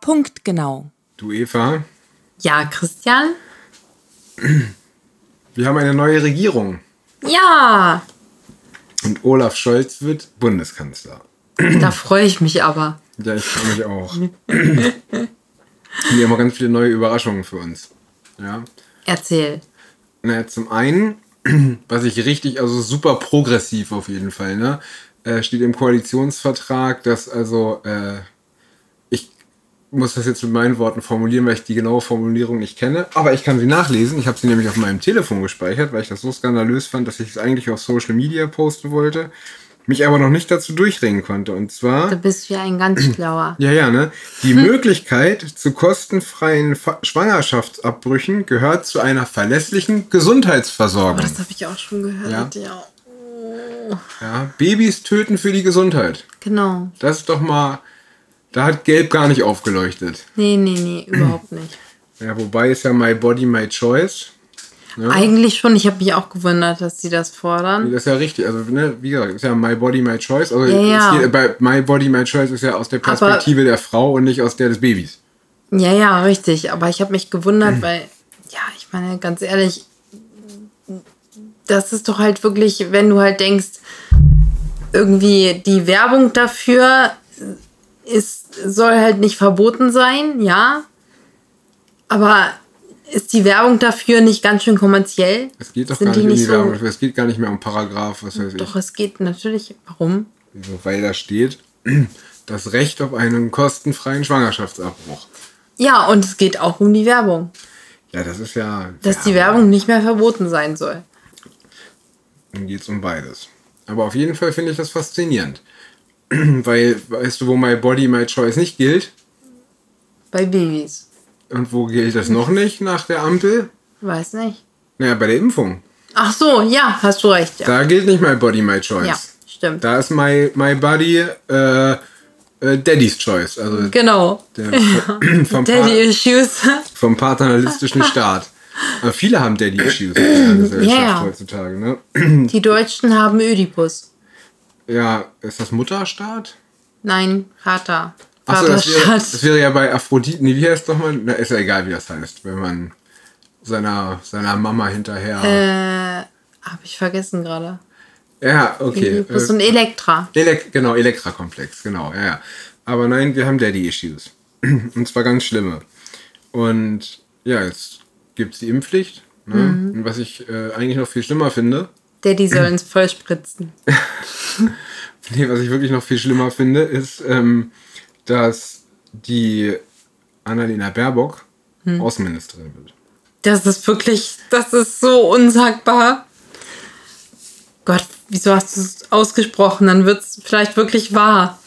Punktgenau. Du Eva, Ja, Christian? wir haben eine neue Regierung Ja, und Olaf Scholz wird Bundeskanzler. da freue ich mich aber. Ja, ich freue mich auch. Wir haben auch ganz viele neue Überraschungen für uns. Ja. Erzähl. Naja, zum einen, was ich richtig, also super progressiv auf jeden Fall, ne? Äh, steht im Koalitionsvertrag, dass also, äh, ich muss das jetzt mit meinen Worten formulieren, weil ich die genaue Formulierung nicht kenne, aber ich kann sie nachlesen. Ich habe sie nämlich auf meinem Telefon gespeichert, weil ich das so skandalös fand, dass ich es eigentlich auf Social Media posten wollte, mich aber noch nicht dazu durchringen konnte. Und zwar. Da bist du ja ein ganz schlauer. Ja, ja, ne? Die Hm. Möglichkeit zu kostenfreien Fa Schwangerschaftsabbrüchen gehört zu einer verlässlichen Gesundheitsversorgung. Das habe ich auch schon gehört, ja. Ja, Babys töten für die Gesundheit. Genau. Das ist doch mal. Da hat Gelb gar nicht aufgeleuchtet. Nee, nee, nee, überhaupt nicht. Ja, wobei ist ja My Body, My Choice. Eigentlich schon. Ich habe mich auch gewundert, dass sie das fordern. Das ist ja richtig. Also, ne, wie gesagt, ist ja My Body, My Choice. Also, Ja, Ist ja. hier, bei My Body, My Choice ist ja aus der Perspektive der Frau und nicht aus der des Babys. Ja, ja, richtig. Aber ich habe mich Hm. gewundert, weil, ja, ich meine, ganz ehrlich, das ist doch halt wirklich, wenn du halt denkst, irgendwie die Werbung dafür ist, soll halt nicht verboten sein, ja. Aber ist die Werbung dafür nicht ganz schön kommerziell? Es geht doch Sind gar die nicht um die nicht so- Werbung. Es geht gar nicht mehr um Paragraph, was weiß ich. Doch, es geht natürlich. Warum? Also, weil da steht, das Recht auf einen kostenfreien Schwangerschaftsabbruch. Ja, und es geht auch um die Werbung. Ja, das ist ja. Dass die Werbung nicht mehr verboten sein soll. Dann geht es um beides. Aber auf jeden Fall finde ich das faszinierend. Weil, weißt du, wo My Body, My Choice nicht gilt? Bei Babys. Und wo gilt das noch nicht nach der Ampel? Weiß nicht. Naja, bei der Impfung. Ach so, ja, hast du recht. Ja, Da gilt nicht My Body, My Choice. ja stimmt. Da ist My, my Body äh, äh, Daddy's Choice. Also genau. der, vom, Daddy pa Issues. vom paternalistischen Staat. Aber viele haben Daddy-Issues in der Gesellschaft Ja, ja. heutzutage, ne? Die Deutschen haben Ödipus. Ja, ist das Mutterstaat? Nein, Vater. Achso, das wäre, das Vaterstaat. wäre ja bei Aphrodite, nee, wie heißt doch mal? Na, ist ja egal, wie das heißt, wenn man seiner, seiner Mama hinterher. Äh, hab ich vergessen gerade. ja, okay. Ödipus Äh, und Elektra. Elek genau, Elektra-Komplex, genau, ja, ja. Aber nein, wir haben Daddy-Issues. Und zwar ganz schlimme. Und ja, jetzt gibt es die Impfpflicht. Ne? Mhm. Und was ich äh, eigentlich noch viel schlimmer finde, Daddy soll ins Voll spritzen. Nee, was ich wirklich noch viel schlimmer finde, ist, ähm, dass die Annalena Baerbock Außenministerin wird. Das ist wirklich, das ist so unsagbar. Gott, wieso hast du es ausgesprochen? Dann wird es vielleicht wirklich wahr.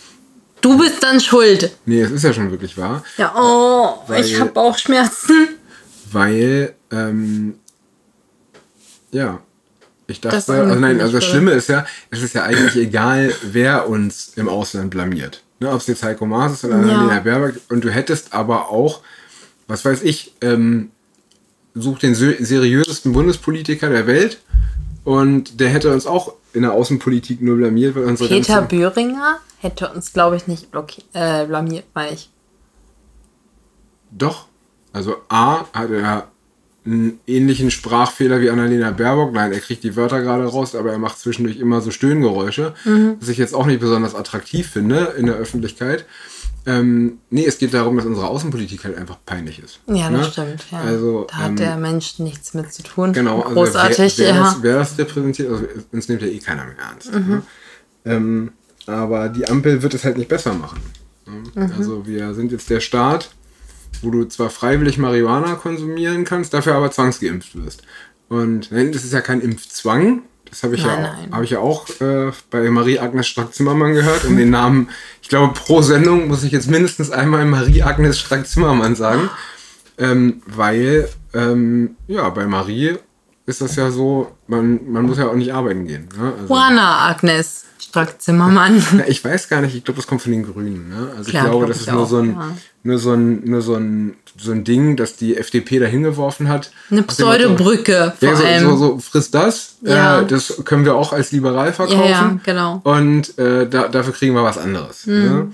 Du bist dann schuld. Nee, es ist ja schon wirklich wahr, Ja, oh, Weil- ich habe Bauchschmerzen. weil, ähm, ja, ich dachte, Das ist also nein, angekündigt, also das oder? Schlimme ist ja, es ist ja eigentlich egal, wer uns im Ausland blamiert. Ne, Ob es jetzt Heiko Maas ist oder Annalena Ja. Baerbock. Und du hättest aber auch, was weiß ich, ähm, such den se- seriösesten Bundespolitiker der Welt und der hätte uns auch in der Außenpolitik nur blamiert, weil unsere Peter ganzen- Böhringer hätte uns, glaube ich, nicht blockiert, äh, blamiert, meine ich. Doch. Also A hat er einen ähnlichen Sprachfehler wie Annalena Baerbock. Nein, er kriegt die Wörter gerade raus, aber er macht zwischendurch immer so Stöhngeräusche, Mhm. was ich jetzt auch nicht besonders attraktiv finde in der Öffentlichkeit. Ähm, nee, es geht darum, dass unsere Außenpolitik halt einfach peinlich ist. Ja, Ne? das stimmt. Ja. Also, da hat ähm, der Mensch nichts mit zu tun. Genau, also Großartig, wer, wer, ja. Mhm. das, wer das repräsentiert, also uns nimmt ja eh keiner mehr ernst. Ne? Ähm, aber die Ampel wird es halt nicht besser machen. Ne? Mhm. Also wir sind jetzt der Staat, wo du zwar freiwillig Marihuana konsumieren kannst, dafür aber zwangsgeimpft wirst. Und nein, das ist ja kein Impfzwang. Das habe ich, Nein, ja, nein. auch- habe ich ja auch äh, bei Marie-Agnes Strack-Zimmermann gehört. Und den Namen, ich glaube, pro Sendung muss ich jetzt mindestens einmal Marie-Agnes Strack-Zimmermann sagen. Ähm, weil, ähm, ja, bei Marie ist das ja so, man, man muss ja auch nicht arbeiten gehen. Ne? Also, Juana Agnes Strack-Zimmermann. na, ich weiß gar nicht, ich glaube, das kommt von den Grünen. Ne? Also Klar, ich glaube, glaub das ich ist nur, auch, so ein, ja. nur, so ein, nur so, ein, so ein Ding, das die FDP da hingeworfen hat. Eine Aus dem Motto- Pseudobrücke vor Ja, so, allem. so, so frisst das. Ja. Äh, das können wir auch als liberal verkaufen. Ja, ja, genau. Und äh, da, dafür kriegen wir was anderes. Ne?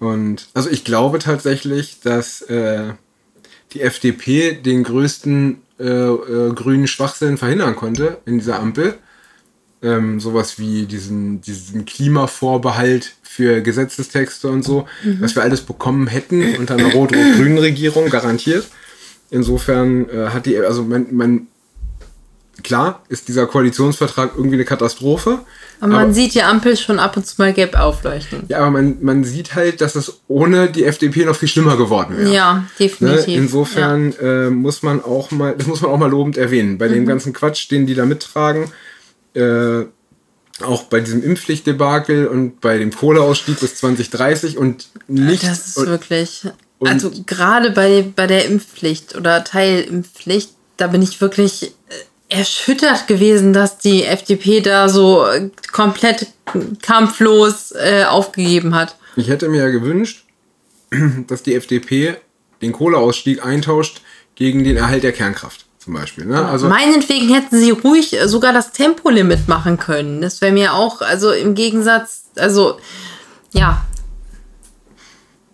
Und also ich glaube tatsächlich, dass äh, die FDP den größten äh, äh, grünen Schwachsinn verhindern konnte in dieser Ampel. Ähm, sowas wie diesen, diesen Klimavorbehalt für Gesetzestexte und so, was wir alles bekommen hätten unter einer rot-rot-grünen Regierung, garantiert. Insofern äh, hat die, also man, man, klar ist dieser Koalitionsvertrag irgendwie eine Katastrophe. Aber man sieht die Ampel schon ab und zu mal gelb aufleuchten. Ja, aber man, man sieht halt, dass es ohne die FDP noch viel schlimmer geworden Ja, wäre. Ne? definitiv. Ja. Mhm. Insofern äh, muss man auch mal, das muss man auch mal lobend erwähnen. Bei dem ganzen Quatsch, den die da mittragen, äh, auch bei diesem Impfpflichtdebakel und bei dem Kohleausstieg bis 2030 und nicht. Das ist und, wirklich. Also gerade bei, bei der Impfpflicht oder Teilimpfpflicht, da bin ich wirklich äh, erschüttert gewesen, dass die FDP da so äh, komplett kampflos äh, aufgegeben hat. ich hätte mir ja gewünscht, dass die FDP den Kohleausstieg eintauscht gegen den Erhalt der Kernkraft zum Beispiel. Ne? Also Meinetwegen hätten sie ruhig äh, sogar das Tempolimit machen können. Das wäre mir auch, also im Gegensatz, also ja,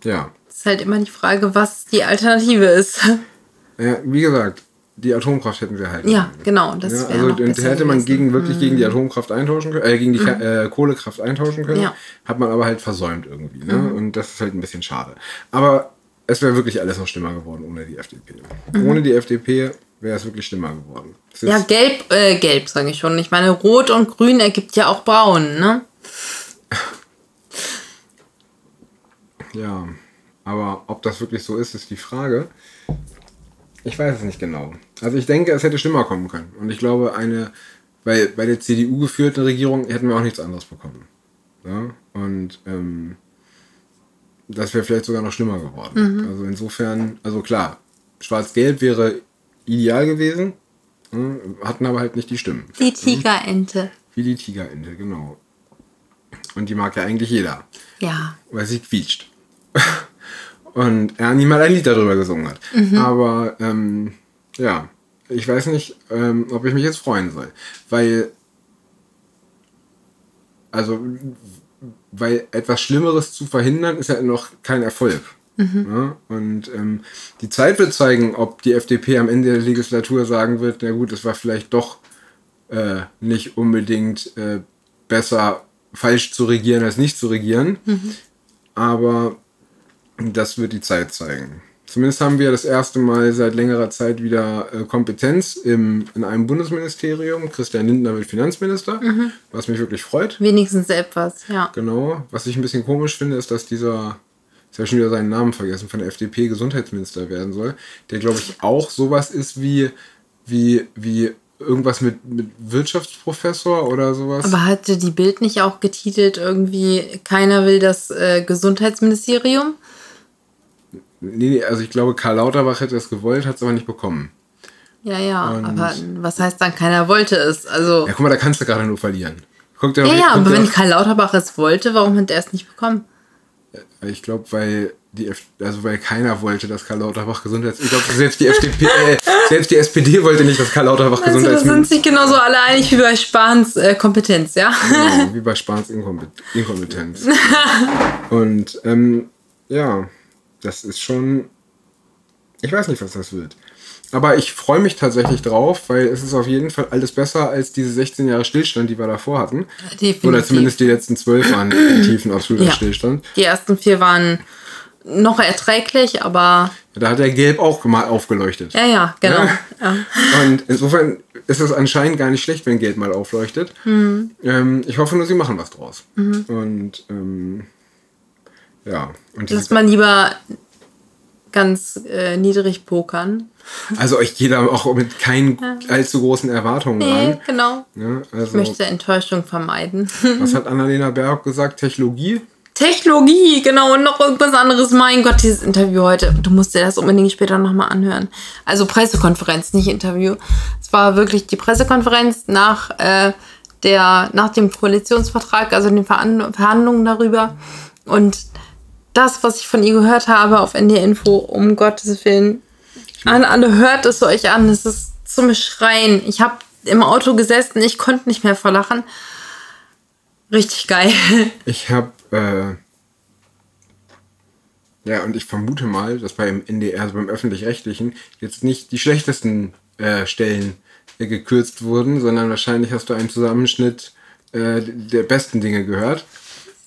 ja. ist halt immer die Frage, was die Alternative ist. Ja, wie gesagt, die Atomkraft hätten wir halt. Ja, genau, das Ja, wäre also noch den besser hätte man gewesen. Mhm. gegen, wirklich gegen die Atomkraft eintauschen können, äh, gegen die Ke- äh, Kohlekraft eintauschen können, Ja. Mhm. hat man aber halt versäumt irgendwie. Ne? Und das ist halt ein bisschen schade. Aber es wäre wirklich alles noch schlimmer geworden ohne die FDP. Ohne die FDP wäre es wirklich schlimmer geworden. Das Mhm. ist, Ja, gelb, äh, gelb sage ich schon. Ich meine, rot und grün ergibt ja auch braun, ne? ja, aber ob das wirklich so ist, ist die Frage. Ich weiß es nicht genau. Also ich denke, es hätte schlimmer kommen können. Und ich glaube, eine bei, bei der CDU geführten Regierung hätten wir auch nichts anderes bekommen. Ja? Und ähm, das wäre vielleicht sogar noch schlimmer geworden. Also insofern, also klar, Schwarz-Gelb wäre ideal gewesen, ne? hatten aber halt nicht die Stimmen. Die Tigerente. Wie die Tigerente, genau. Und die mag ja eigentlich jeder. Ja. weil sie quietscht. Und er nie mal ein Lied darüber gesungen hat. Aber ähm, ja, ich weiß nicht, ähm, ob ich mich jetzt freuen soll. Weil, also, weil etwas Schlimmeres zu verhindern, ist ja noch kein Erfolg. Ja? Und ähm, die Zeit wird zeigen, ob die FDP am Ende der Legislatur sagen wird, na gut, es war vielleicht doch äh, nicht unbedingt äh, besser falsch zu regieren als nicht zu regieren. Aber das wird die Zeit zeigen. Zumindest haben wir das erste Mal seit längerer Zeit wieder äh, Kompetenz im, in einem Bundesministerium. Christian Lindner wird Finanzminister, was mich wirklich freut. Wenigstens etwas, ja. Genau. Was ich ein bisschen komisch finde, ist, dass dieser, jetzt habe ich schon wieder seinen Namen vergessen, von der FDP Gesundheitsminister werden soll, der glaube ich auch sowas ist wie, wie, wie irgendwas mit, mit Wirtschaftsprofessor oder sowas. Aber hatte die Bild nicht auch getitelt irgendwie, keiner will das äh, Gesundheitsministerium? nee, nee, also ich glaube, Karl Lauterbach hätte es gewollt, hat es aber nicht bekommen. Ja, ja. aber was heißt dann, keiner wollte es? Also, Ja, ja, guck mal, da kannst du gerade nur verlieren. Guck ja, dir doch- guck aber dir wenn doch- Karl Lauterbach es wollte, warum hat er es nicht bekommen? Ich glaube, weil die F also weil keiner wollte, dass Karl Lauterbach Gesundheits ich glaube selbst die FDP äh, selbst die SPD wollte nicht, dass Karl Lauterbach Also, da sind Gesundheitsminister sich genauso alle einig wie bei Spahns äh, Kompetenz, ja? genau, wie bei Spahns Inkompe- Inkompetenz. Und ähm, ja, das ist schon. Ich weiß nicht, was das wird. Aber ich freue mich tatsächlich drauf, weil es ist auf jeden Fall alles besser als diese 16 Jahre Stillstand, die wir davor hatten. Definitiv. Oder zumindest die letzten 12 waren in tiefen absoluter Ja. Stillstand. Die ersten vier waren noch erträglich, aber Da hat der Gelb auch mal aufgeleuchtet. ja, ja, genau. Ja. Ja. Und insofern ist es anscheinend gar nicht schlecht, wenn Geld mal aufleuchtet. Mhm. Ähm, ich hoffe nur, sie machen was draus. Und ähm, ja, und Lass dieses, mal lieber ganz äh, niedrig pokern. also ich gehe da auch mit keinen allzu großen Erwartungen Nee, ran. genau. Ja, Ich also, möchte Enttäuschung vermeiden. was hat Annalena Berg gesagt? Technologie? Technologie, genau, und noch irgendwas anderes. Mein Gott, dieses Interview heute. Du musst dir das unbedingt später nochmal anhören. Also Pressekonferenz, nicht Interview. Es war wirklich die Pressekonferenz nach, äh, der, nach dem Koalitionsvertrag, also den Veran- Verhandlungen darüber. Und das, was ich von ihr gehört habe auf NDR Info, um Gottes Willen, an alle, hört es euch an. Es ist zum Schreien. Ich habe im Auto gesessen, ich konnte nicht mehr vor Lachen. Richtig geil. Ich habe äh, Ja, und ich vermute mal, dass beim NDR, also beim öffentlich-rechtlichen, jetzt nicht die schlechtesten äh, Stellen äh, gekürzt wurden, sondern wahrscheinlich hast du einen Zusammenschnitt äh, der besten Dinge gehört.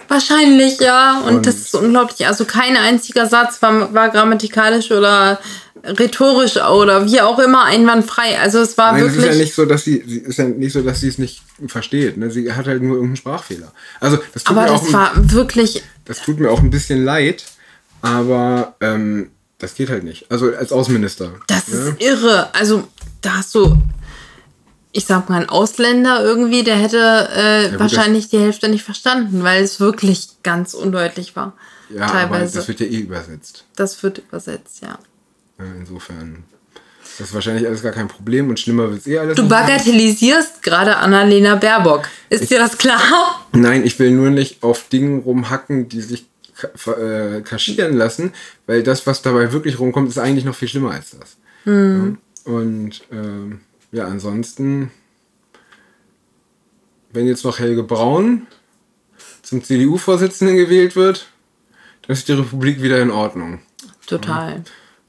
Wahrscheinlich, ja. Und, Und- das ist unglaublich. Also kein einziger Satz war, war grammatikalisch oder rhetorisch oder wie auch immer einwandfrei. Also es war Nein, es wirklich. ist ja nicht so, dass sie, sie ist ja nicht so, dass sie es nicht versteht. Ne? Sie hat halt nur irgendeinen Sprachfehler. Also das tut aber mir auch das ein- war wirklich. Das tut mir auch ein bisschen leid, aber ähm, das geht halt nicht. Also als Außenminister. Das ne? ist irre. Also da hast du. Ich sag mal, ein Ausländer irgendwie, der hätte äh, gut, wahrscheinlich die Hälfte nicht verstanden, weil es wirklich ganz undeutlich war. ja, aber teilweise. das wird ja eh übersetzt. das wird übersetzt, ja. Ne? Insofern. Das ist wahrscheinlich alles gar kein Problem und schlimmer wird es eh alles. Du nicht. bagatellisierst gerade Annalena Baerbock. Ist dir das klar? Nein, ich will nur nicht auf Dingen rumhacken, die sich ka ver- äh, kaschieren lassen, weil das, was dabei wirklich rumkommt, ist eigentlich noch viel schlimmer als das. Hm. Ja. Und ähm, ja, ansonsten, wenn jetzt noch Helge Braun zum CDU-Vorsitzenden gewählt wird, dann ist die Republik wieder in Ordnung. Total.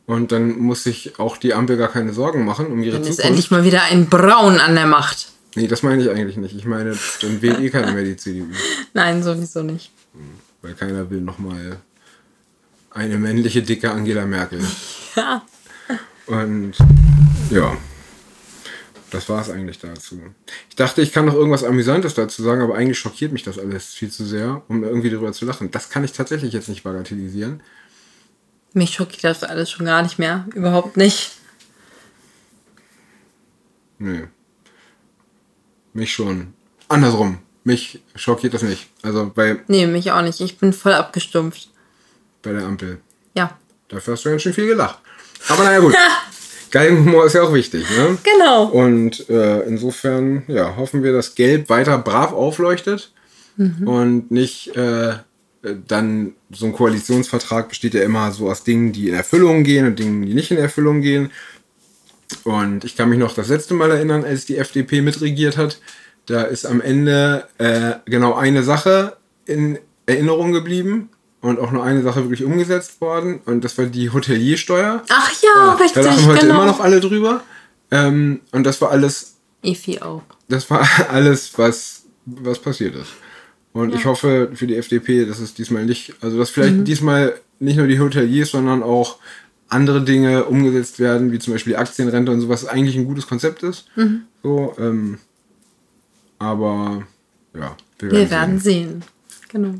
Und dann muss sich auch die Ampel gar keine Sorgen machen um ihre Dann ist Zukunft. endlich mal wieder ein Braun an der Macht. Nee, das meine ich eigentlich nicht. Ich meine, dann wählt eh keiner mehr die CDU. Nein, sowieso nicht. Weil keiner will nochmal eine männliche, dicke Angela Merkel. Ja. Und ja, das war es eigentlich dazu. Ich dachte, ich kann noch irgendwas Amüsantes dazu sagen, aber eigentlich schockiert mich das alles viel zu sehr, um irgendwie darüber zu lachen. Das kann ich tatsächlich jetzt nicht bagatellisieren. Mich schockiert das alles schon gar nicht mehr. Überhaupt nicht. Nee. Mich schon. Andersrum. Mich schockiert das nicht. Also bei, Nee, mich auch nicht. Ich bin voll abgestumpft. bei der Ampel. Ja. Dafür hast du ganz schön viel gelacht. Aber naja, gut. Galgenhumor ist ja auch wichtig, ne? Genau. Und äh, insofern, ja, hoffen wir, dass Gelb weiter brav aufleuchtet und nicht äh, äh, dann so ein Koalitionsvertrag besteht ja immer so aus Dingen, die in Erfüllung gehen und Dingen, die nicht in Erfüllung gehen. Und ich kann mich noch das letzte Mal erinnern, als die FDP mitregiert hat. Da ist am Ende äh, genau eine Sache in Erinnerung geblieben und auch nur eine Sache wirklich umgesetzt worden. Und das war die Hoteliersteuer. Ach ja, da richtig, lachen heute genau. immer noch alle drüber. Ähm, und das war alles, Efi auch. das war alles, was, was passiert ist. Und ich hoffe für die FDP, dass es diesmal nicht, also dass vielleicht diesmal nicht nur die Hoteliers, sondern auch andere Dinge umgesetzt werden, wie zum Beispiel die Aktienrente und sowas, eigentlich ein gutes Konzept ist. So, ähm, aber ja, Wir werden sehen. Genau.